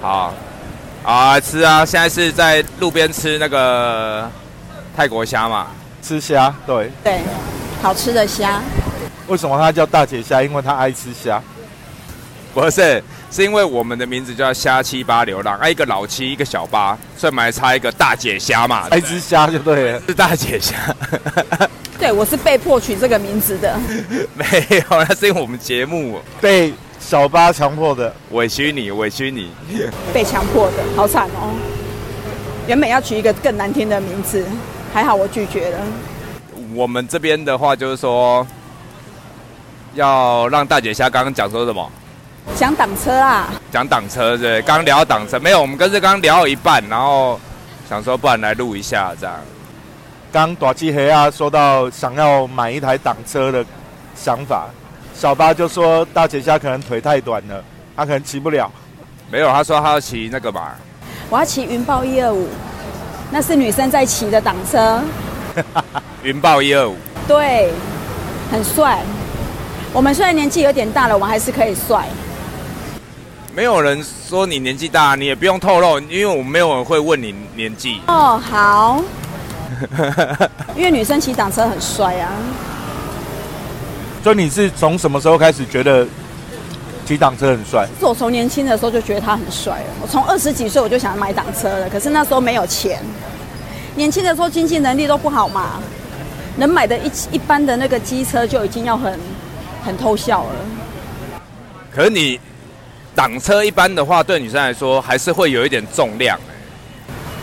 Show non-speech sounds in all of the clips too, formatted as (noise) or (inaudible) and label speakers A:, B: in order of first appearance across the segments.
A: 好，啊，吃啊！现在是在路边吃那个泰国虾嘛。
B: 吃虾，对，
C: 对，好吃的虾，
B: 为什么它叫大姐虾？因为她爱吃虾。
A: 不是，是因为我们的名字叫虾七八流浪，啊，一个老七，一个小八，所以我们还差一个大姐虾嘛，
B: 爱吃虾就对了。
A: 是大姐虾。
C: 对我是被迫取这个名字的。
A: 没有，那是因为我们节目
B: 被小八强迫的，
A: 委屈你，委屈你。
C: 被强迫的，好惨哦。原本要取一个更难听的名字，还好我拒绝了。
A: 我们这边的话就是说，要让大姐虾刚刚讲说什么？
C: 想挡车啊，
A: 讲挡车对不对？刚聊到挡车，没有，我们跟这刚聊到一半，然后想说不然来录一下这样。
B: 刚短期黑啊说到想要买一台挡车的想法，小八就说大姐虾可能腿太短了，她可能骑不了。
A: 没有，他说他要骑那个嘛，
C: 我要骑云豹一二五，那是女生在骑的挡车，
A: 云豹一二五。
C: 对，很帅。我们虽然年纪有点大了，我们还是可以帅。
A: 没有人说你年纪大，你也不用透露，因为我们没有人会问你年纪。
C: 哦，好，因为女生骑挡车很帅啊。
B: 所以你是从什么时候开始觉得骑挡车很帅？
C: 是我从年轻的时候就觉得他很帅了。我从二十几岁我就想买挡车了，可是那时候没有钱，年轻的时候经济能力都不好嘛，能买的一一般的那个机车就已经要很很偷笑了。
A: 可是你挡车一般的话，对女生来说还是会有一点重量、欸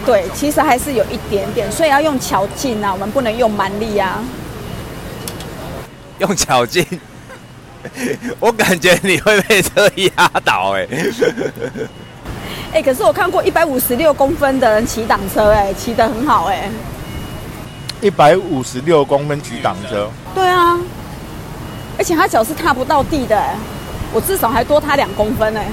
C: 对，其实还是有一点点，所以要用巧劲啊，我们不能用蛮力啊。
A: 用巧劲。 (laughs) 我感觉你会被车压倒哎、欸
C: 哎、可是我看过一百五十六公分的人骑挡车、哎，骑得很好、哎，
B: 一百五十六公分骑挡车，
C: 对啊，而且他脚是踏不到地的、哎，我至少还多他两公分、哎，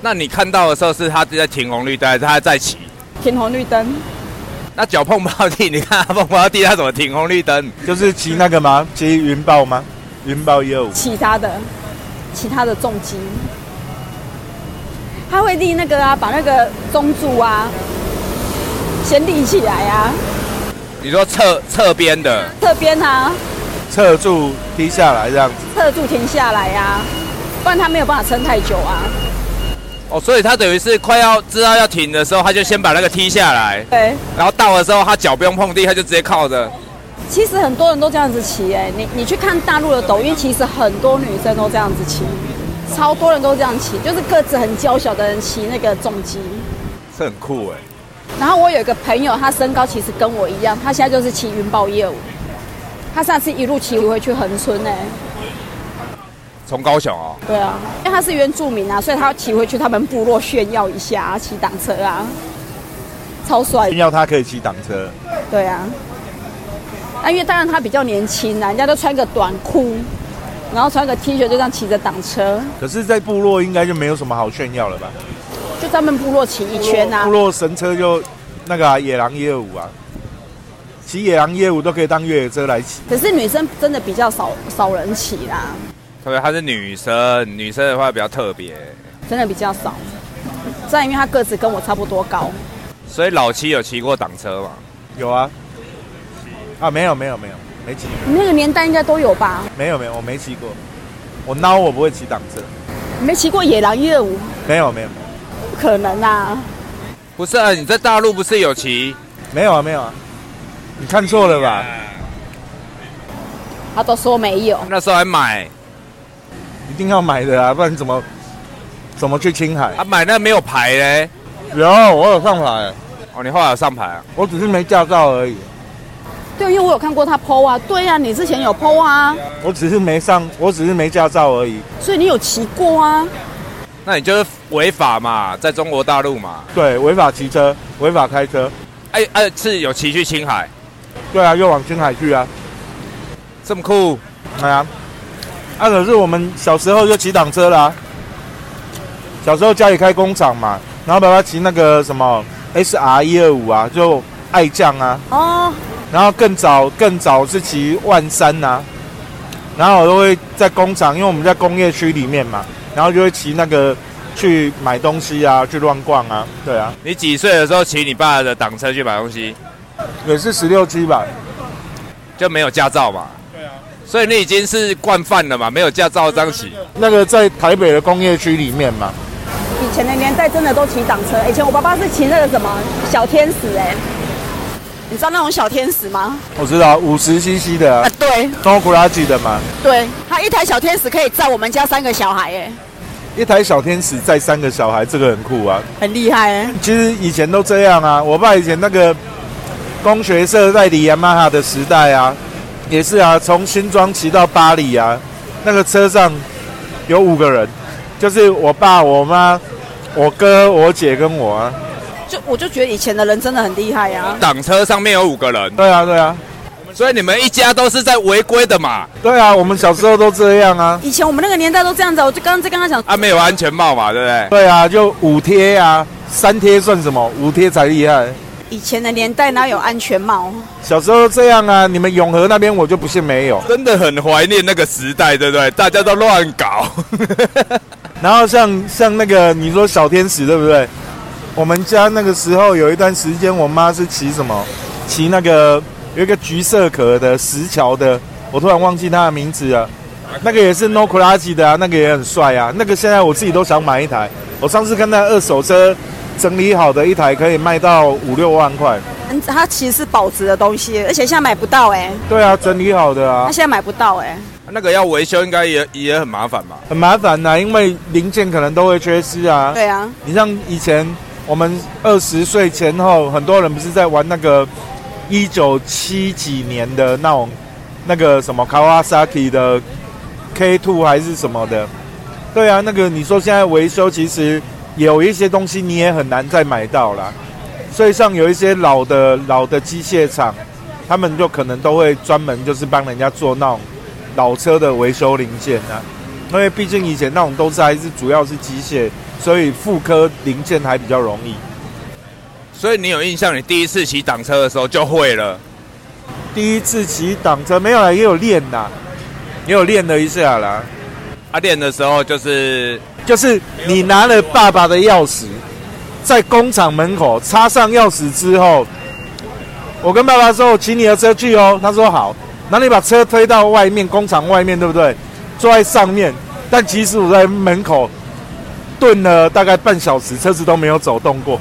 A: 那你看到的时候是他在停红绿灯，还是他在骑？
C: 停红绿灯。
A: 那脚碰不到地，你看他碰不到地，他怎么停红绿灯？
B: 就是骑那个吗？骑云豹吗？云豹一二五，
C: 其他的，其他的重击，他会立那个啊，把那个中柱啊先立起来啊，
A: 你说侧侧边的，
C: 侧边啊，
B: 侧柱踢下来这样子。
C: 侧柱停下来啊，不然他没有办法撑太久啊。
A: 哦，所以他等于是快要知道要停的时候，他就先把那个踢下来，
C: 对，
A: 然后到的时候他脚不用碰地，他就直接靠着。
C: 其实很多人都这样子骑，哎，你你去看大陆的抖音，其实很多女生都这样子骑，超多人都这样骑，就是个子很娇小的人骑那个重机。
A: 这很酷
B: 欸
A: 哎、
C: 然后我有一个朋友，他身高其实跟我一样，他现在就是骑云豹业务。他上次一路骑回去恒春呢、欸
A: 从高雄哦，
C: 对啊，因为他是原住民啊，所以他要骑回去他们部落炫耀一下、啊，骑挡车啊，超帅
B: 硬，要他可以骑挡车，
C: 对啊。啊，因为当然他比较年轻啊，人家都穿个短裤，然后穿个 T 恤就这样骑着挡车，
B: 可是，在部落应该就没有什么好炫耀了吧？
C: 就他们部落骑一圈啊
B: 部。落神车就那个、啊、野狼一二五啊，骑野狼一二五都可以当越野车来骑。
C: 可是女生真的比较少少人骑啦，
A: 特别她是女生，女生的话比较特别，
C: 真的比较少。再因为他个子跟我差不多高，
A: 所以老七有骑过挡车嘛？
B: 有啊，啊没有没有没有没骑
C: 你那个年代应该都有吧？
B: 没有没有我没骑过，我孬我不会骑挡车，
C: 你没骑过野狼一二五？
B: 没有没有
C: 不可能啊！
A: 不是啊，你在大陆不是有骑？
B: 没有啊没有啊，你看错了吧？
C: 他都说没有。
A: 那时候还买，
B: 一定要买的啊，不然怎么怎么去青海？
A: 啊买那没有牌嘞。
B: 有我有上来、
A: 哦，你后来有上牌啊？
B: 我只是没驾照而已，
C: 对，因为我有看过他 PO 啊，对啊，你之前有 PO 啊，
B: 我只是没上，我只是没驾照而已。
C: 所以你有骑过啊。
A: 那你就是违法嘛，在中国大陆嘛。
B: 对，违法骑车，违法开车，
A: 哎、哎、是有骑去青海，
B: 对啊，又往青海去啊，
A: 这么酷。
B: 哎呀、啊，可是我们小时候就骑挡车啦、小时候家里开工厂嘛，然后爸爸骑那个什么 SR 一二五啊，就爱将啊，
C: 哦，
B: 然后更早更早是骑万三呐、啊，然后我都会在工厂，因为我们在工业区里面嘛，然后就会骑那个去买东西啊，去乱逛啊，对啊，
A: 你几岁的时候骑你爸的挡车去买东西，
B: 也是十六 G 吧，
A: 就没有驾照嘛？
B: 对啊，
A: 所以你已经是惯犯了嘛？没有驾照这样骑，
B: 那个在台北的工业区里面嘛，
C: 以前的年代真的都骑挡车，以前我爸爸是骑那个什么小天使哎、你知道那种小天使吗？
B: 我知道五十 CC 的
C: 啊，对
B: n o k u r a g i 的嘛，
C: 对，他一台小天使可以载我们家三个小孩哎、
B: 一台小天使载三个小孩，这个很酷啊。
C: 很厉害哎、
B: 其实以前都这样啊，我爸以前那个工学社在里雅马哈的时代啊，也是啊，从新庄骑到巴黎啊，那个车上有五个人，就是我爸、我妈、我哥、我姐跟我啊。
C: 就我就觉得以前的人真的很厉害啊呀、
A: 挡车上面有五个人，
B: 对啊，对啊，
A: 所以你们一家都是在违规的嘛？
B: 对啊，我们小时候都这样啊。
C: 以前我们那个年代都这样子，我就刚刚在跟他讲，
A: 啊，没有安全帽嘛，对不对？
B: 对啊，就五贴啊，三贴算什么？五贴才厉害。
C: 以前的年代哪有安全帽？
B: 小时候这样啊，你们永和那边我就不信没有。
A: 真的很怀念那个时代，对不对？大家都乱搞， (laughs)
B: 然后像像那个你说小天使对不对？我们家那个时候有一段时间，我妈是骑什么？骑那个有一个橘色壳的石桥的，我突然忘记它的名字了。那个也是 No c r a g i 的啊，那个也很帅啊。那个现在我自己都想买一台。我上次看那二手车整理好的一台，可以卖到五六万块。
C: 嗯它其实是保值的东西，而且现在买不到哎、
B: 对啊，整理好的啊
C: 它，现在买不到哎、
A: 那个要维修应该也也很麻烦嘛。
B: 很麻烦呐、因为零件可能都会缺失啊。
C: 对啊，
B: 你像以前我们二十岁前后，很多人不是在玩那个一九七几年的那种那个什么 Kawasaki 的 K Two 还是什么的？对啊，那个你说现在维修，其实有一些东西你也很难再买到啦。所以像有一些老的老的机械厂，他们就可能都会专门就是帮人家做那种老车的维修零件啊。因为毕竟以前那种都是还是主要是机械，所以复刻零件还比较容易。
A: 所以你有印象，你第一次骑挡车的时候就会了。
B: 第一次骑挡车没有啦，也有练啦，也有练了一下啦。
A: 啊，练的时候就是
B: 就是你拿了爸爸的钥匙，在工厂门口插上钥匙之后，我跟爸爸说：“我骑你的车去哦。”他说：“好。”然后你把车推到外面，工厂外面，对不对？坐在上面，但其实我在门口蹲了大概半小时，车子都没有走动过。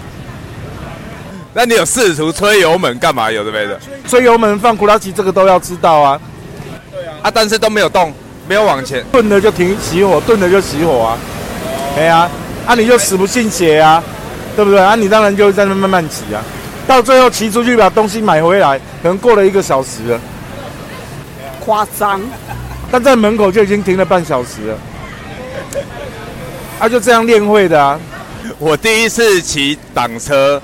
A: 那你有试图吹油门干嘛？有的没的
B: 吹油门、放库拉奇这个都要知道啊，
A: 啊，但是都没有动，没有往前。
B: 钝了就停熄火，钝了就熄火啊，哎呀、啊，你就死不信邪啊，对不对？啊，你当然就在那慢慢骑啊，到最后骑出去把东西买回来，可能过了一个小时了，
C: 夸张。
B: 但在门口就已经停了半小时了，啊，就这样练会的啊，
A: (laughs) 我第一次骑挡车，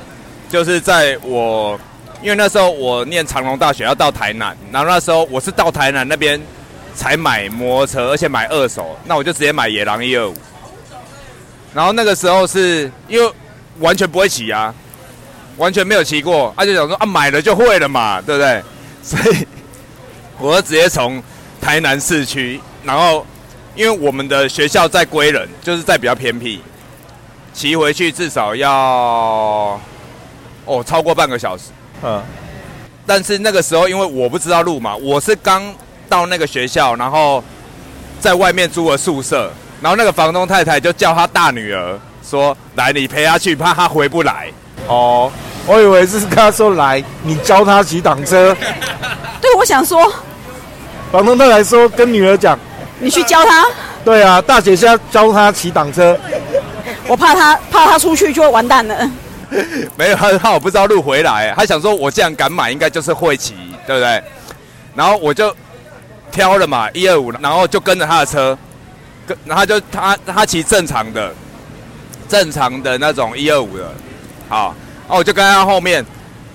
A: 就是在我，因为那时候我念长隆大学要到台南，然后那时候我是到台南那边才买摩托车，而且买二手，那我就直接买野狼一二五。然后那个时候是因为完全不会骑啊，完全没有骑过，他、就想说啊买了就会了嘛，对不对？ (laughs) 所以我就直接从台南市区，然后因为我们的学校在归仁，就是在比较偏僻，骑回去至少要哦超过半个小时。
B: 嗯，
A: 但是那个时候因为我不知道路嘛，我是刚到那个学校，然后在外面租了宿舍，然后那个房东太太就叫她大女儿说：“来，你陪她去，怕她回不来。
B: 哦，我以为是跟他说来，你教他骑挡车，
C: 对，我想说，
B: 房东太来说跟女儿讲，
C: 你去教他，
B: 对啊，大姐现在教他骑挡车，
C: 我怕他怕他出去就会完蛋了。”
A: 没有，她怕我不知道路回来，她想说我既然敢买，应该就是会骑，对不对？然后我就挑了嘛，一二五，然后就跟着她的车，跟然后她就她她骑正常的，正常的那种一二五的，好，然后我就跟在她后面，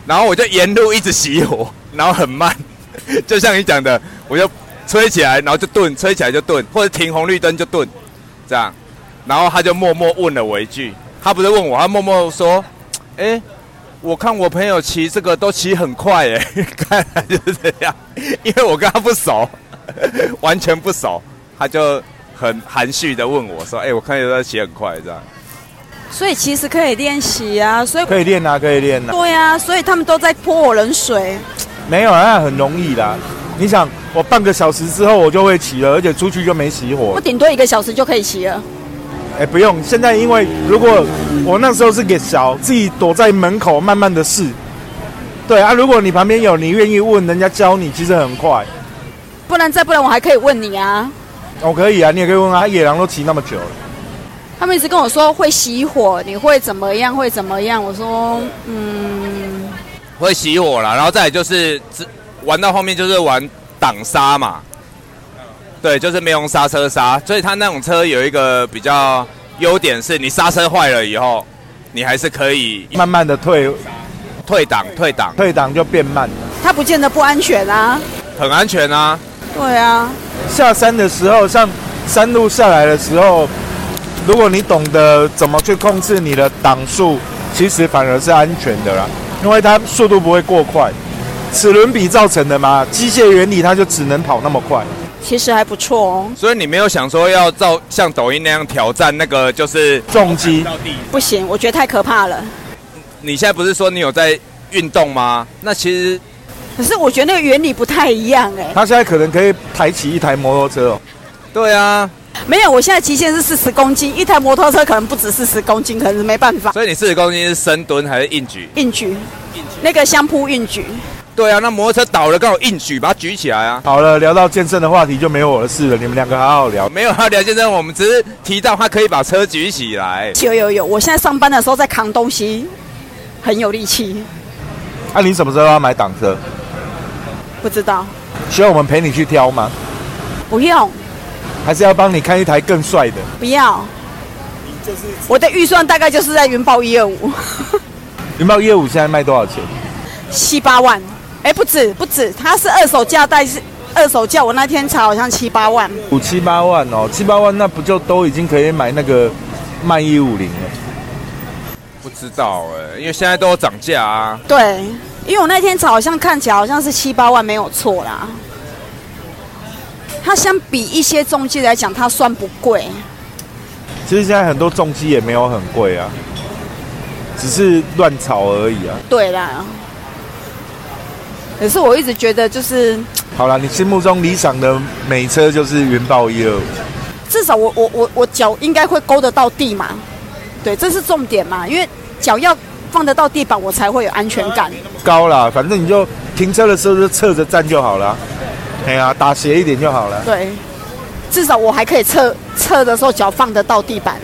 A: 然后我就沿路一直熄火，然后很慢，就像你讲的，我就吹起来，然后就顿，吹起来就顿，或者停红绿灯就顿，这样，然后她就默默问了我一句，她不是问我，她默默说，哎。我看我朋友骑这个都骑很快耶， (laughs) 看来就是这样，因为我跟他不熟， (laughs) 完全不熟，他就很含蓄的问我说：“哎、我看有在骑很快这样。”
C: 所以其实可以练习啊，所以
B: 可以练啊，可以练啊，
C: 对呀、所以他们都在泼我冷水。
B: 没有啊，那很容易啦。你想，我半个小时之后我就会骑了，而且出去就没熄火
C: 我。顶多一个小时就可以骑了。
B: 哎，不用，现在因为如果我那时候是给小自己躲在门口慢慢的试，对啊，如果你旁边有你愿意问人家教你，其实很快。
C: 不然再不然我还可以问你啊。
B: 我、可以啊，你也可以问啊，野狼都骑那么久了，
C: 他们一直跟我说会熄火，你会怎么样？会怎么样？我说，嗯，
A: 会熄火啦，然后再来就是只玩到后面就是玩挡刹嘛，对，就是没用刹车刹，所以它那种车有一个比较优点是，你刹车坏了以后，你还是可以
B: 慢慢的退
A: 退档退档，
B: 退档就变慢了。
C: 它不见得不安全啊。
A: 很安全啊。
C: 对啊，
B: 下山的时候，像山路下来的时候，如果你懂得怎么去控制你的档数，其实反而是安全的啦，因为它速度不会过快，齿轮比造成的嘛，机械原理它就只能跑那么快。
C: 其实还不错哦。
A: 所以你没有想说要照像抖音那样挑战那个，就是
B: 重击
C: 不行，我觉得太可怕了。
A: 你现在不是说你有在运动吗？那其实
C: 可是我觉得那个原理不太一样哎、
B: 他现在可能可以抬起一台摩托车哦，
A: 对啊，
C: 没有，我现在极限是四十公斤，一台摩托车可能不止四十公斤，可能没办法。
A: 所以你四十公斤是深蹲还是硬举？
C: 硬举，那个相扑硬举，
A: 对啊，那摩托车倒了刚好硬举把它举起来啊。
B: 好了，聊到健身的话题就没有我的事了，你们两个好好聊。
A: 没有啊，梁先生，我们只是提到他可以把车举起来。
C: 有有有，我现在上班的时候在扛东西，很有力气。
B: 啊，你什么时候要买挡车？
C: 不知道，
B: 需要我们陪你去挑吗？
C: 不用
B: 还是要帮你看一台更帅的？
C: 不要。我的预算大概就是在云豹一二五，
B: 云豹业务现在卖多少钱？
C: 七八万，哎、不止不止，它是二手价，但是二手价我那天查好像七八万，
B: 五七八万哦，七八万那不就都已经可以买那个迈一五零了？
A: 不知道哎、因为现在都有涨价啊。
C: 对，因为我那天查好像看起来好像是七八万没有错啦。它相比一些中介来讲，它算不贵，
B: 其实现在很多重机也没有很贵啊，只是乱炒而已啊。
C: 对啦。可是我一直觉得，就是
B: 好啦，你心目中理想的美车就是云豹一二五，
C: 至少我我我我脚应该会勾得到地嘛，对，这是重点嘛，因为脚要放得到地板，我才会有安全感。
B: 高啦，反正你就停车的时候就侧着站就好啦。哎呀、打斜一点就好了。
C: 对，至少我还可以测测的时候脚放得到地板。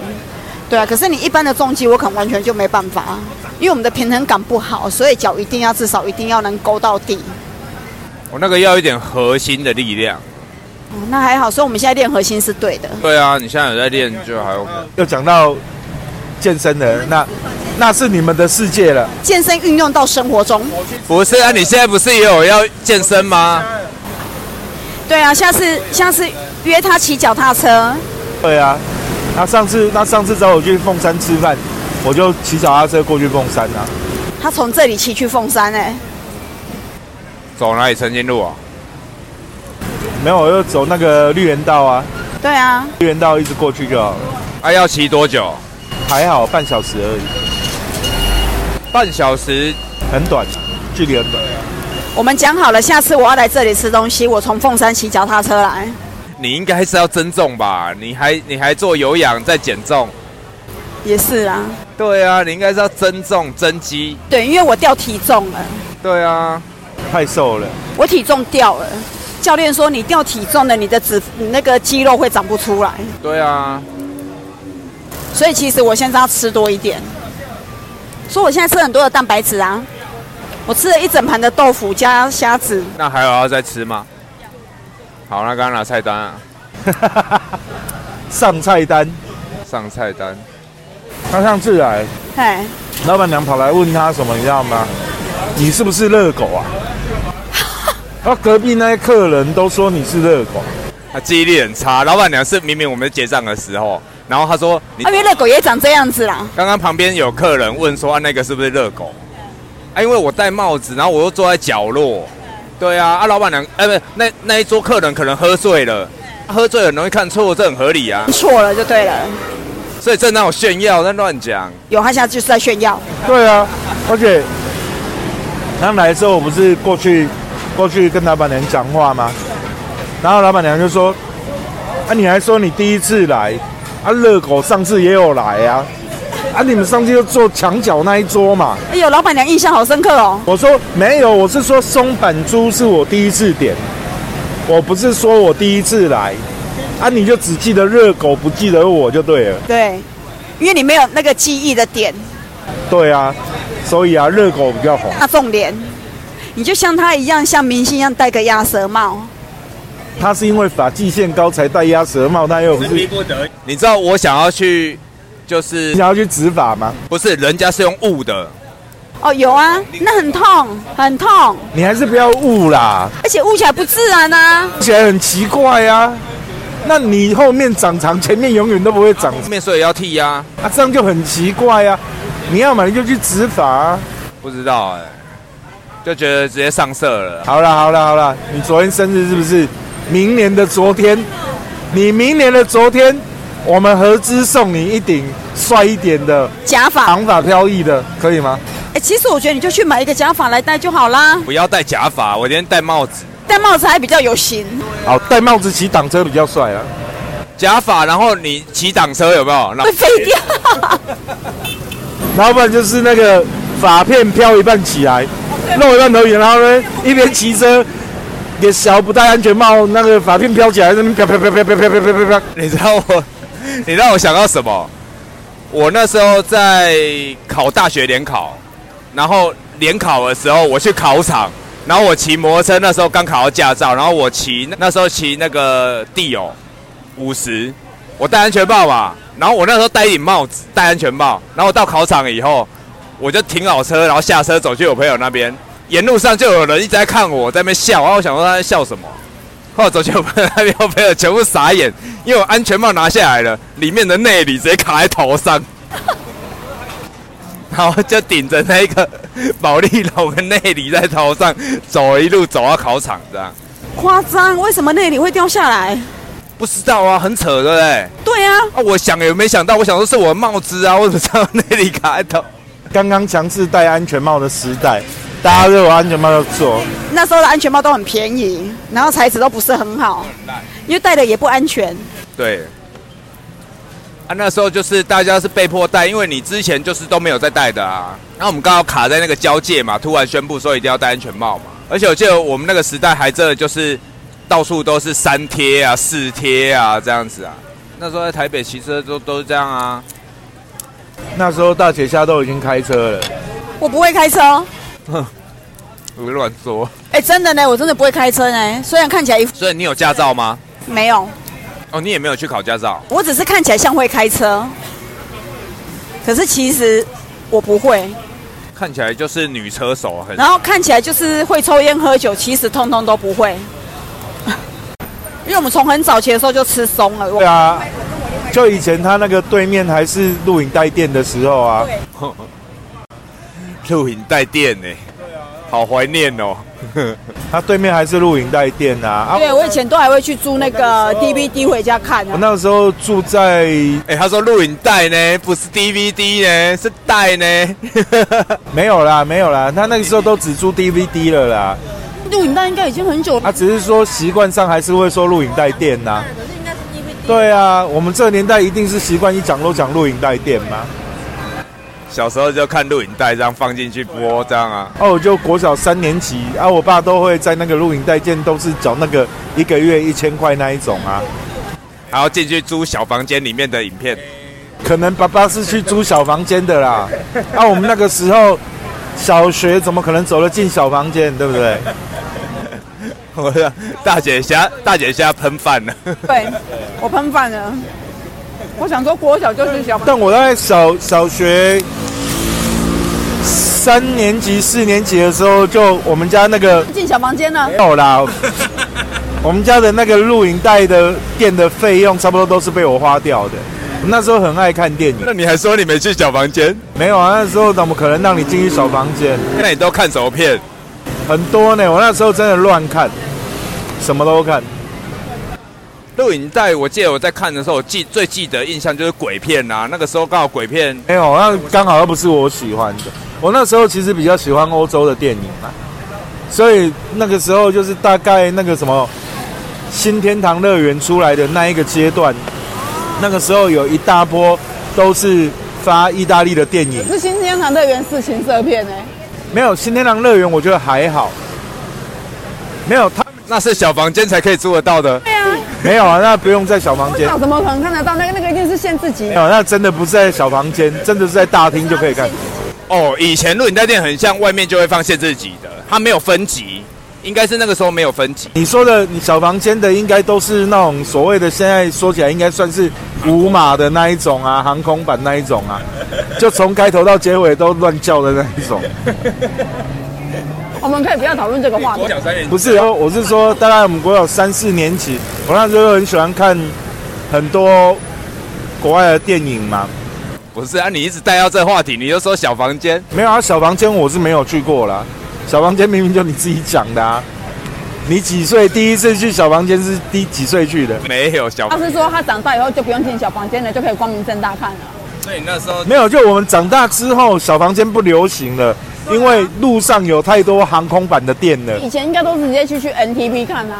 C: 对啊，可是你一般的重击，我可能完全就没办法，因为我们的平衡感不好，所以脚一定要至少一定要能勾到地。
A: 我那个要一点核心的力量。
C: 哦那还好，所以我们现在练核心是对的。
A: 对啊，你现在有在练就还 OK。
B: 又讲到健身的，那那是你们的世界了。
C: 健身运用到生活中，
A: 不是啊，你现在不是也有要健身吗？
C: 对啊，下次下次约他骑脚踏车，
B: 对啊，那上次那上次找我去凤山吃饭，我就骑脚踏车过去凤山啊。
C: 他从这里骑去凤山哎、
A: 走哪里？澄清路啊？
B: 没有，我就走那个绿园道啊，
C: 对啊，
B: 绿园道一直过去就好了，
A: 啊，要骑多久？
B: 还好半小时而已，
A: 半小时。
B: 很短，距离很短。
C: 我们讲好了，下次我要来这里吃东西，我从凤山骑脚踏车来。
A: 你应该是要增重吧？你还你还做有氧再减重？
C: 也是啊，
A: 对啊，你应该是要增重增肌。
C: 对，因为我掉体重了。
A: 对啊，
B: 太瘦了， (laughs)
C: 我体重掉了，教练说你掉体重了，你的脂你那个肌肉会长不出来，
A: 对啊，
C: 所以其实我现在要吃多一点，所以我现在吃很多的蛋白质啊，我吃了一整盘的豆腐加虾子，
A: 那还有要再吃吗？好，那刚刚拿菜单啊，
B: 上菜单。
A: 上菜单。
B: 他上次来，
C: 哎，
B: 老板娘跑来问他什么，你知道吗？你是不是热狗啊？ (laughs) 他隔壁那些客人都说你是热狗，
A: 他记忆力很差，老板娘是明明我们结账的时候，然后他说你
C: 啊，因为热狗也长这样子啦，
A: 刚刚旁边有客人问说、啊、那个是不是热狗？啊，因为我戴帽子，然后我又坐在角落。对啊，啊，老板娘，哎、不，那那一桌客人可能喝醉了，喝醉很容易看错，这很合理啊。
C: 错了就对了，
A: 所以这哪有炫耀，那乱讲。
C: 有，他现在就是在炫耀。
B: 对啊，而且他们来之后，我不是过去过去跟老板娘讲话吗？然后老板娘就说：“啊，你还说你第一次来，啊，热狗上次也有来啊，啊，你们上次就坐墙角那一桌嘛。
C: 哎呦，老板娘印象好深刻哦”。
B: 我说：“没有，我是说松板猪是我第一次点，我不是说我第一次来，啊，你就只记得热狗，不记得我就对了。”
C: 对，因为你没有那个记忆的点，
B: 对啊，所以啊，热狗比较红。
C: 那重点，你就像他一样，像明星一样戴个鸭舌帽。
B: 他是因为发际线高才戴鸭舌帽，他又不是你
A: 你知道我想要去，就是
B: 想要去植发吗？
A: 不是人家是用雾的，
C: 哦，有啊，那很痛，很痛，
B: 你还是不要误啦，
C: 而且捂起来不自然啊。
B: 看起来很奇怪啊。那你后面长长，前面永远都不会长
A: 后面所以要剃呀、
B: 啊，这样就很奇怪啊。你要嘛你就去植发、啊。
A: 不知道哎、就觉得直接上色了。
B: 好啦好啦好啦，你昨天生日是不是？明年的昨天，你明年的昨天，我们合资送你一顶帅一点的
C: 假发，哎、
B: 长发飘逸的，可以吗？
C: 其实我觉得你就去买一个假发来戴就好啦，
A: 不要戴假发，我今天戴帽子，
C: 戴帽子还比较有型。
B: 好，戴帽子骑挡车比较帅啊。
A: 假发，然后你骑挡车有没有？然后
C: 会飞掉，
B: 然后不然就是那个发片飘一半起来，弄一半头圆，然后呢一边骑车，也小不戴安全帽，那个发片飘起来，在那边飘飘飘飘飘飘飘飘飘飘。
A: (laughs) 你知道我，你让我想到什么？我那时候在考大学联考，然后联考的时候我去考场，然后我骑摩托车，那时候刚考到驾照，然后我骑那时候骑那个地友五十，我戴安全帽嘛，然后我那时候戴一顶帽子，戴安全帽，然后我到考场以后，我就停好车，然后下车走去我朋友那边，沿路上就有人一直在看我，在那边笑，然后我想说他在笑什么。 (laughs) 后来走去我朋友那边，我朋友全部傻眼，因为我安全帽拿下来了，里面的内里直接卡在头上，然后就顶着那个 (laughs) 保利龙的内里在头上走，一路走到考场这样。
C: (laughs) 夸张。为什么那里会掉下来？
A: 不知道啊，很扯，对不对？
C: 对啊，
A: 啊，我想也没想到，我想说是我的帽子啊，我怎么知道那里卡在头？
B: 刚刚强制戴安全帽的时代，大家都有安全帽要做，
C: 那时候的安全帽都很便宜，然后材质都不是很好，因为戴的也不安全。
A: 对。啊，那时候就是大家是被迫戴，因为你之前就是都没有在戴的啊。那我们刚好卡在那个交界嘛，突然宣布说一定要戴安全帽嘛。而且我记得我们那个时代还真的就是到处都是三贴啊、四贴啊这样子啊。那时候在台北骑车都都是这样啊。
B: 那时候大姐下都已经开车了，
C: 我不会开车，
A: 我乱说。
C: 哎、真的呢，我真的不会开车呢。虽然看起来一副
A: 所以你有驾照吗？
C: 没有，
A: 哦，你也没有去考驾照。
C: 我只是看起来像会开车，可是其实我不会。
A: 看起来就是女车手啊很。
C: 然后看起来就是会抽烟喝酒，其实通通都不会。 (laughs) 因为我们从很早期的时候就吃松了，
B: 对
C: 我
B: 啊，就以前他那个对面还是录影带店的时候啊，
A: 录影带店呢、好怀念哦。
B: 他对面还是录影带店啊。啊，
C: 对我以前都还会去租那个 DVD 回家看
B: 我
C: 啊。
B: 那个时候住在
A: 哎、他说录影带呢，不是 DVD 呢，是带呢。 (laughs)
B: 没有啦，没有啦，他那个时候都只租 DVD 了啦。
C: 录影带应该已经很久了，
B: 啊他只是说习惯上还是会说录影带店呐、对啊，我们这个年代一定是习惯一讲都讲录影带店嘛。
A: 小时候就看录影带，这样放进去播，这样啊。
B: 哦，我就国小三年级啊，我爸都会在那个录影带店都是找那个一个月一千块那一种啊。
A: 然后进去租小房间里面的影片， (laughs)
B: 可能爸爸是去租小房间的啦。啊，我们那个时候小学怎么可能走得进小房间，对不对？
A: 我的大姐虾，大姐虾喷饭了。 (laughs)
C: 对，我喷饭了。我想说国小就是小，
B: 但我在小小学三年级、四年级的时候，就我们家那个
C: 进小房间呢
B: 没，有啦，我们家的那个录影带的店的费用，差不多都是被我花掉的。那时候很爱看电影，
A: 那你还说你没去小房间？
B: 没有啊？那时候怎么可能让你进去小房间？
A: 那你都看什么片？
B: 很多呢，我那时候真的乱看，什么都看。
A: 录影带，我记得我在看的时候，我记最记得印象就是鬼片啊，那个时候刚好鬼片
B: 没有，那刚好又不是我喜欢的。我那时候其实比较喜欢欧洲的电影啊，所以那个时候就是大概那个什么新天堂乐园出来的那一个阶段，那个时候有一大波都是发意大利的电影。
C: 是新天堂乐园四情色变呢、
B: 没有新天堂乐园，我觉得还好。没有他
A: 那是小房间才可以租得到的。
C: 对啊，
B: 没有啊，那不用在小房
C: 我
B: 间。
C: 想怎么可能看得到？那个那个一定是限自己
B: 没。有，那真的不是在小房间，真的是在大厅就可以看。
A: 哦，以前录影带店很像外面就会放限制级的，它没有分级，应该是那个时候没有分级。
B: 你说的你小房间的应该都是那种所谓的，现在说起来应该算是无码的那一种啊，航空版那一种啊，就从开头到结尾都乱叫的那一种。
C: 我们可以不要讨论这个话题。
A: 小三元
B: 不是，哦，我是说，大概我们国有三四年级，我那时候很喜欢看很多国外的电影嘛。
A: 不是啊，你一直带到这话题，你就说小房间，
B: 没有啊，小房间我是没有去过啦。小房间明明就你自己讲的啊，你几岁第一次去小房间是第几岁去的？
A: 没有小
C: 他是说他长大以后就不用进小房间了，就可以光明正大看了。
A: 所以那时候
B: 没有，就我们长大之后，小房间不流行了，因为路上有太多航空版的店了。
C: 以前应该都是直接去去 NTV 看啊，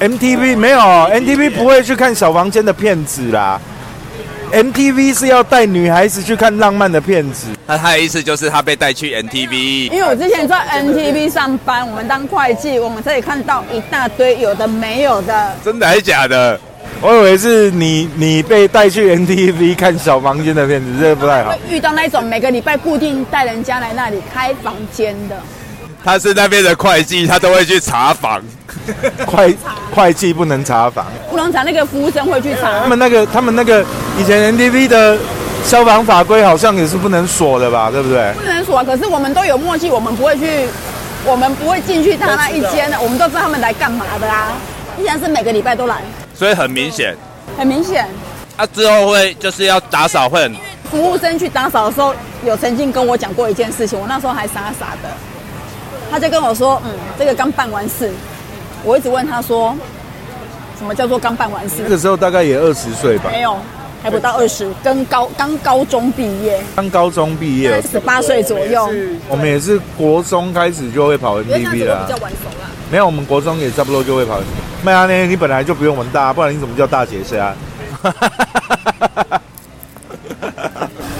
B: MTV 没有，MTV 不会去看小房间的片子啦。MTV 是要带女孩子去看浪漫的片子，
A: 他他的意思就是他被带去 NTV，
C: 因为我之前在 NTV 上班，我们当会计，我们可以看到一大堆有的没有的。
A: 真的还是假的？
B: 我以为是你你被带去 MTV 看小房间的片子，这个不太好
C: 会。遇到那种每个礼拜固定带人家来那里开房间的，
A: 他是那边的会计，他都会去查房。
B: 会会计不能查房，
C: 不能讲那个服务生会去
B: 他
C: 查。
B: 们那个他们那个以前 MTV 的消防法规好像也是不能锁的吧，对不对？
C: 不能说啊，可是我们都有默契，我们不会去，我们不会进去他那一间的，我们都知道他们来干嘛的啦。依然是每个礼拜都来，
A: 所以很明显，
C: 很明显，
A: 他、啊之后会就是要打扫会很，
C: 服务生去打扫的时候，有曾经跟我讲过一件事情，我那时候还傻傻的，他就跟我说，嗯，这个刚办完事，我一直问他说，什么叫做刚办完事
B: 那？个时候大概也二十岁吧，
C: 没有，还不到二十，跟高刚高中毕业，
B: 刚高中毕业，
C: 十八岁左右，
B: 我们也是国中开始就会跑
C: 因为这样子
B: NTV
C: 我
B: 了
C: 比
B: 啊
C: 较。晚熟啦。
B: 没有，我们国中也差不多就会跑 NTV。麦芽啊呢，你本来就不用玩大，不然你怎么叫大啊姐
C: (laughs)
B: 虾？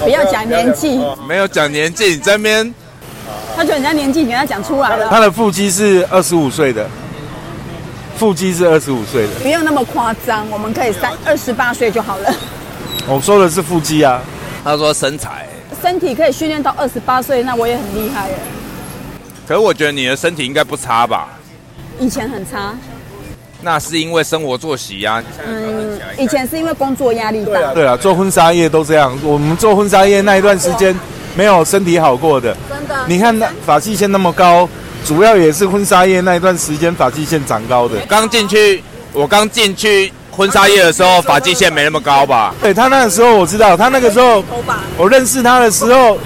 C: 不要讲年纪，
A: 没有讲年纪，你这边
C: 他就人家年纪，给他讲出来了，
B: 她的腹肌是二十五岁的，腹肌是二十五岁的。
C: 不用那么夸张，我们可以三二十八岁就好了，
B: 我说的是腹肌啊，
A: 他说身材，
C: 身体可以训练到二十八岁，那我也很厉害耶。
A: 可是我觉得你的身体应该不差吧？
C: 以前很差，
A: 那是因为生活作息啊。
C: 嗯，以前是因为工作压力大，
B: 对啊，做婚纱业都这样。我们做婚纱业那一段时间，没有身体好过的。
C: 真的
B: 你看那发际线那么高，主要也是婚纱业那一段时间发际线长高的。
A: 刚进去，我刚进去婚纱业的时候，发际线没那么高吧？
B: 对他那个时候我知道，他那个时候
C: 头发
B: 我认识他的时候，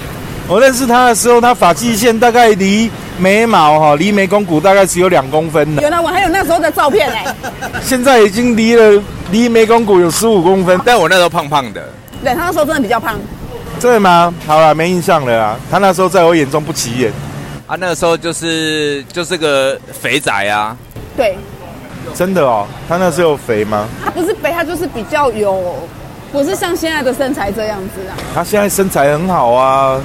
B: 我认识他的时候，他发际线大概离眉毛哈，离眉弓骨大概只有两公分的，
C: 原来我还有那时候的照片哎，
B: 现在已经离了离眉弓骨有十五公分，
A: 但我那时候胖胖的，
C: (laughs) 对，他那时候真的比较胖，
B: 真的吗？好了，没印象了啦。他那时候在我眼中不起眼，
A: 啊，那个时候就是就是个肥仔啊，
C: 对
B: 真的哦。他那时候有肥吗？
C: 他不是肥，他就是比较有，不是像现在的身材这样子啊。
B: 他现在身材很好啊，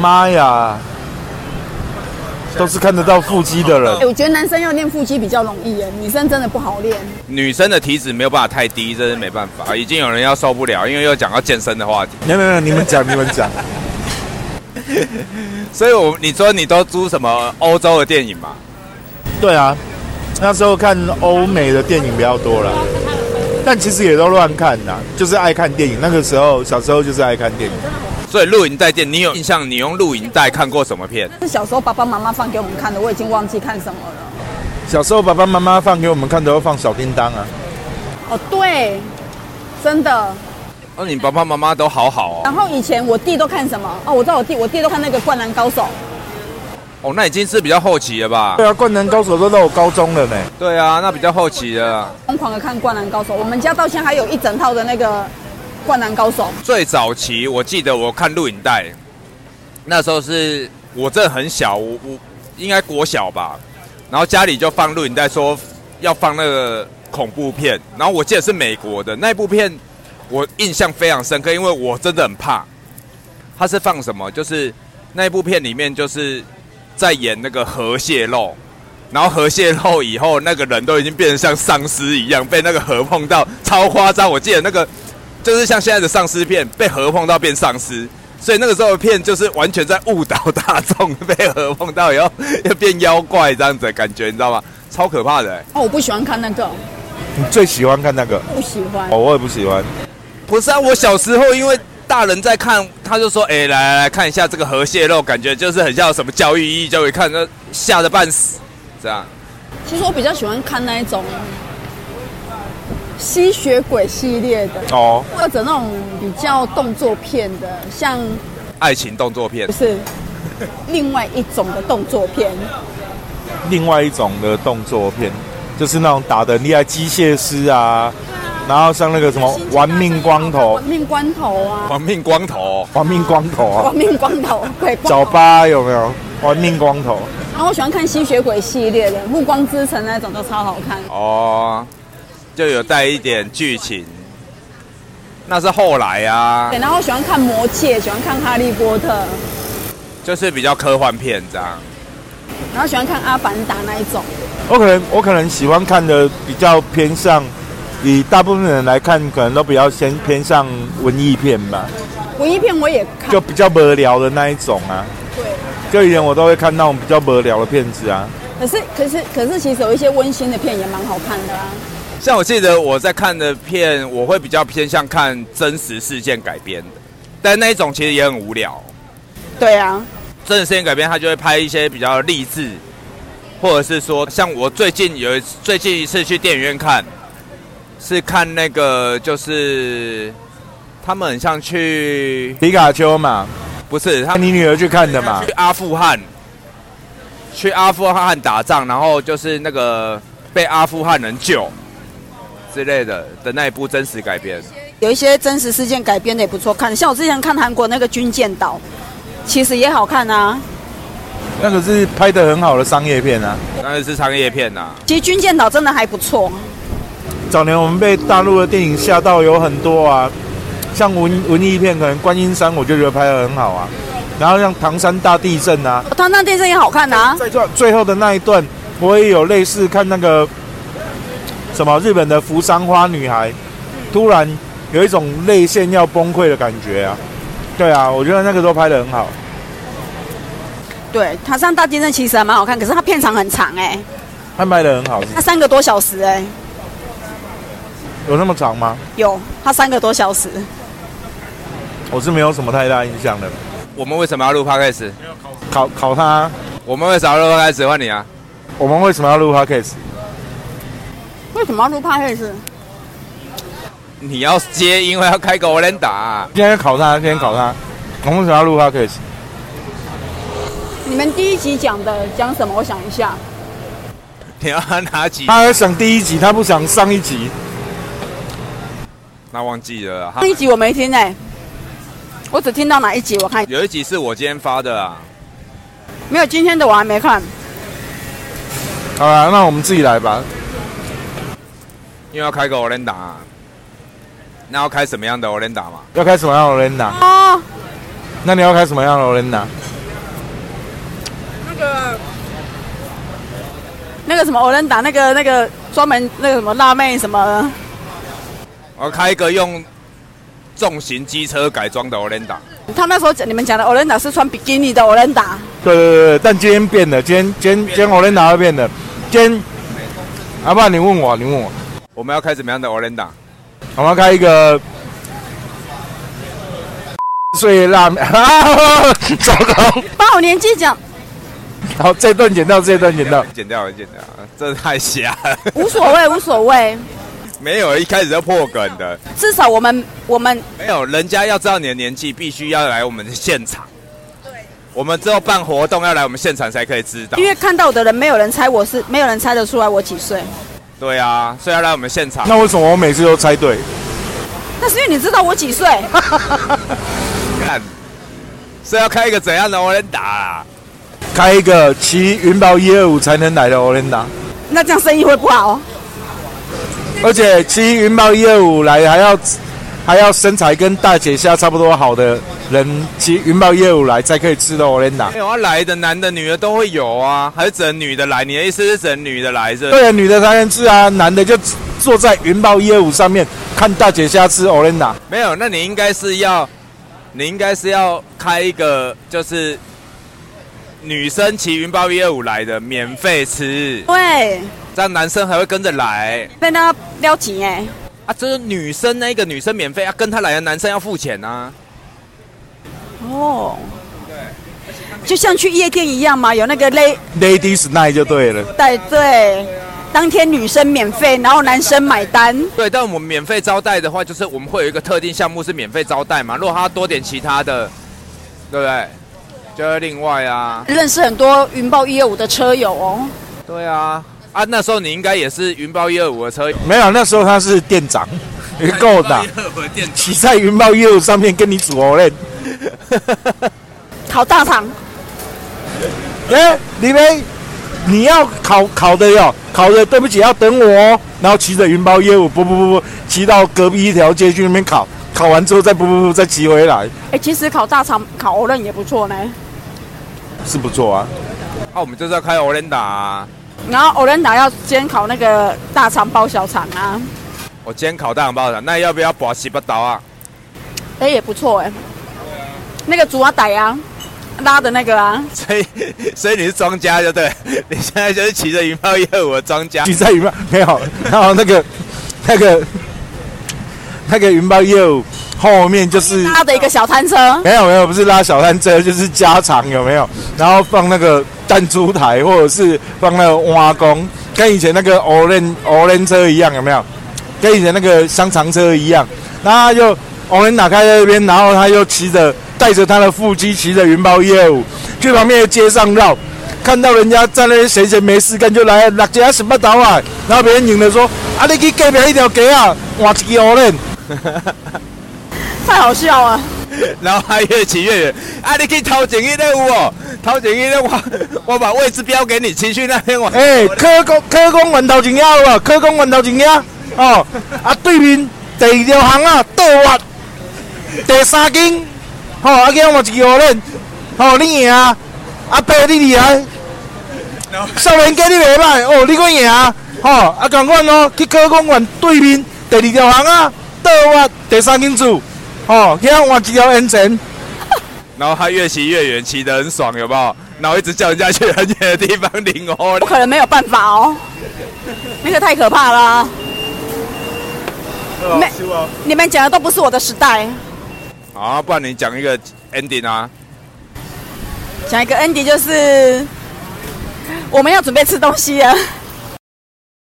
B: 妈呀，都是看得到腹肌的人
C: 哎、。我觉得男生要练腹肌比较容易耶，女生真的不好练。
A: 女生的体脂没有办法太低，这是没办法，啊已经有人要受不了，因为又讲到健身的话题，
B: 没有没有没有，你们讲你们讲。
A: 所以我你说你都租什么欧洲的电影嘛？
B: 对啊，那时候看欧美的电影比较多了，但其实也都乱看啦，就是爱看电影。那个时候小时候就是爱看电影，
A: 所以录影带店，你有印象？你用录影带看过什么片？
C: 是小时候爸爸妈妈放给我们看的，我已经忘记看什么了。
B: 小时候爸爸妈妈放给我们看都要放小叮当啊。
C: 哦，对，真的。
A: 哦，你爸爸妈妈都好好哦。
C: 然后以前我弟都看什么？哦，我知道我弟，我弟都看那个《灌篮高手》，
A: 哦，那已经是比较后期了吧？
B: 对啊，灌篮高手都到我高中了呢。
A: 对啊，那比较后期了啦。
C: 疯狂的看《灌篮高手》，我们家到现在还有一整套的那个《灌篮高手》。
A: 最早期我记得我看录影带，那时候是我真的很小，我我应该国小吧，然后家里就放录影带，说要放那个恐怖片，然后我记得是美国的那部片，我印象非常深刻，因为我真的很怕。他是放什么？就是那部片里面就是在演那个核泄漏，然后核泄漏以后，那个人都已经变得像丧尸一样，被那个核碰到，超夸张。我记得那个就是像现在的丧尸片，被核碰到变丧尸。所以那个时候的片就是完全在误导大众，被核碰到以后要变妖怪这样子的感觉，你 (laughs) 知道吗？超可怕的、欸。
C: 哦，我不喜欢看那个，
B: 你最喜欢看那个？
C: 不喜欢
B: 哦，。我也不喜欢。
A: 不是啊，我小时候因为大人在看，他就说：“哎、来来来看一下这个核泄漏，感觉就是很像有什么教育意义，就会看，那吓得半死。”这样，
C: 其实我比较喜欢看那一种吸血鬼系列的，
B: 哦，
C: 或者那种比较动作片的，像
A: 爱情动作
C: (laughs)
A: 片
C: 不是另外一种的动作片，
B: 另外一种的动作片，就是那种打的厉害机械师啊，然后像那个什么《玩命光头
C: 啊玩》命关头啊，
A: 《亡命光头
B: 《玩命光头》啊 (laughs)
C: 玩，命光头，鬼光
B: 早
C: 头。
B: 八有没有？《玩命光头》
C: 然后我喜欢看吸血鬼系列的，《暮光之城》那种都超好看》。
A: 哦，就有带一点剧情。那是后来啊
C: 对，，然后我喜欢看《魔戒》，喜欢看《哈利波特》，
A: 就是比较科幻片这样。
C: 然后喜欢看《阿凡达》那一种。
B: 我可能我可能喜欢看的比较偏向，以大部分人来看，可能都比较先偏向文艺片吧，
C: 文艺片我也看，
B: 就比较无聊的那一种啊。
C: 对。
B: 就以前我都会看那种比较无聊的片子啊。
C: 可是可是可是，其实有一些温馨的片也蛮好看的啊。
A: 像我记得我在看的片，我会比较偏向看真实事件改编的，但那一种其实也很无聊。
C: 对啊，
A: 真人事件改编，他就会拍一些比较励志，或者是说，像我最近有一次最近一次去电影院看，是看那个就是他们很像去
B: 皮卡丘嘛，
A: 不是他
B: 带
A: 们
B: 你女儿去看的嘛
A: 去，阿富汗，去阿富汗打仗，然后就是那个被阿富汗人救之类的的那一部真实改编。
C: 有一些真实事件改编的也不错看，像我之前看韩国那个《军舰岛》，其实也好看啊。
B: 那个是拍的很好的商业片啊。
A: 当然是商业片呐、
C: 其实《军舰岛》真的还不错，
B: 早年我们被大陆的电影吓到有很多啊，像文文艺片，可能《观音山》我就觉得拍的很好啊，然后像唐山大地震啊，
C: 《唐探电视》也好看啊。
B: 在最最后的那一段，我也有类似看那个什么日本的扶桑花女孩，突然有一种泪腺要崩溃的感觉啊。对啊，我觉得那个都拍的很好。
C: 对，《唐山大地震》其实还蛮好看，可是它片长很长哎、
B: 他拍的很好，
C: 它三个多小时哎、
B: 有那么长吗？
C: 有它三个多小时。
B: 我是没有什么太大印象的。
A: 我们为什么要录 podcast？
B: 考考他，
A: 我们为什么要录 podcast？换你啊！
B: 我们为什么要录 podcast？
C: 为什么要录 p o d c
A: 你要接，因为要开个啊 o l 打、
B: 今天考他，今天考他，我们为什么要录 podcast？
C: 你们第一集讲的讲什么？我想一下，
A: 你要拿几？
B: 他还想第一集，他不想上一集。
A: 那忘记了啦。啊哈
C: 第一集我没听哎、我只听到哪一集？我看
A: 有一集是我今天发的啊，
C: 没有今天的我还没看。
B: 好啦，那我们自己来吧。
A: 因为要开个 o l 打、那要开什么样的 o l 打嘛？
B: 要开什么样的 Olena？
C: 哦，
B: 那你要开什么样的 Olena？
C: 那个那个什么欧伦达，那个那个专门那个什么辣妹什么，
A: 我要开一个用重型机车改装的 o l 打。
C: 他那时候讲你们讲的欧伦达是穿比基尼的欧伦达，
B: 对对对对，但今天变了，今天今天今天 Olena 会变的。今天，阿爸，你问我，你问我，
A: 我们要开什么样的 o l 打？
B: 我们要开一个最辣妹， (laughs) 糟糕！
C: 把我年纪讲
B: 好，这段剪掉，这段剪掉。
A: 剪掉，剪掉，这太瞎了，
C: 无所谓无所谓，
A: 没有一开始就破梗的，
C: 至少我们我们
A: 没有，人家要知道你的年纪，必须要来我们的现场。我们之后办活动要来我们现场才可以知道
C: 因。为看到我的人，没有人猜我是，没有人猜得出来我几岁。
A: 对啊，所以要来我们现场。
B: 那为什么我每次都猜对？
C: 那是因为你知道我几岁， (laughs)
A: 看，所以要开一个怎样的 o l 打啊？
B: 开一个骑云豹一二五才能来的 Olenda，
C: 那这样生意会不好、哦。
B: 而且骑云豹一二五来还要还要身材跟大姐下差不多好的人骑云豹一二五来才可以吃到 Olenda
A: 没。有啊，来的男的女的都会有啊，还是只能女的来？你的意思是只能女的来是不是？
B: 对啊，女的才能吃啊，男的就坐在云豹一二五上面看大姐下吃 Olenda。
A: 没有，那你应该是要，你应该是要开一个就是女生骑云豹一二五来的免费吃，
C: 对，
A: 这样男生还会跟着来
C: 被他撩起哎，
A: 啊。这是女生那一个女生免费啊，跟他来的男生要付钱啊。
C: 哦，就像去夜店一样嘛，有那个勒
B: Ladies Night 就对了，
C: 带对，当天女生免费，然后男生买单。
A: 对，但我们免费招待的话，就是我们会有一个特定项目是免费招待嘛。如果他多点其他的，对不对？就是另外啊，
C: 认识很多云豹一二五的车友哦，
A: 对啊，啊，那时候你应该也是云豹一二五的车友，啊
B: 没有那时候他是店长，也够的，骑在云豹一二五上面跟你煮 Olenda。
C: 考大厂，
B: 哎、李梅，你要考考的哟，考的对不起，要等我哦。然后骑着云豹业务，不不不不，骑到隔壁一条街去那边考，考完之后再不不不再骑回来，
C: 哎，其实考大厂考欧任也不错呢。
B: 是不错啊。
A: 啊，我们就是要开 o l e n d a 啊。
C: 然后欧任达要先考那个大厂包小厂啊，
A: 我今天考大红包的，那要不要拔西巴刀啊？
C: 哎也不错哎。那个竹阿歹啊，拉的那个啊，
A: 所以， (laughs) 所以你是庄家就对了，你现在就是骑着云豹一二五的庄家
B: 骑。在云豹没有，然后那个那个那个云豹业务后面就是
C: 拉的一个小摊车，
B: 没有没有，不是拉小摊车，就是加长有没有？然后放那个弹珠台，或者是放那个挖工，跟以前那个 orange orange 车一样有没有？跟以前那个香肠车一样。然后他就 orange 打开在那边，然后他又骑着带着他的腹肌，骑着云豹业务去旁边的街上绕。看到人家在那边闲闲没事干，就来六家什么岛啊？然后别人拧着说：“啊，你去隔壁一条街啊，换一支 orange。”
C: 太好笑啊了。
A: 然后他越骑越远。啊，你可以掏简易队伍哦，掏简易队伍，我 (laughs) 我把位置标给你，骑去那边玩。
B: 哎、科工科工源头前遐有啊，科工源头前遐哦，啊对面第二条巷啊，倒挖第三间，吼、哦，啊今我一个互恁，吼、哦、你赢啊，阿伯你厉害，少年家你袂歹，哦你佫赢啊，吼、哦，啊共款哦，去科工源对面第二条巷啊，倒挖第三间厝，吼、哦，今换一条烟尘，
A: 然后他越骑越远，骑得很爽，有没有？然后一直叫人家去很远的地方领哦
C: 我。可能没有办法哦，那个太可怕了啊、没你们讲的都不是我的时代。
A: 好啊，不然你讲一个 ending 啊。
C: 讲一个 Andy 就是，我们要准备吃东西了，啊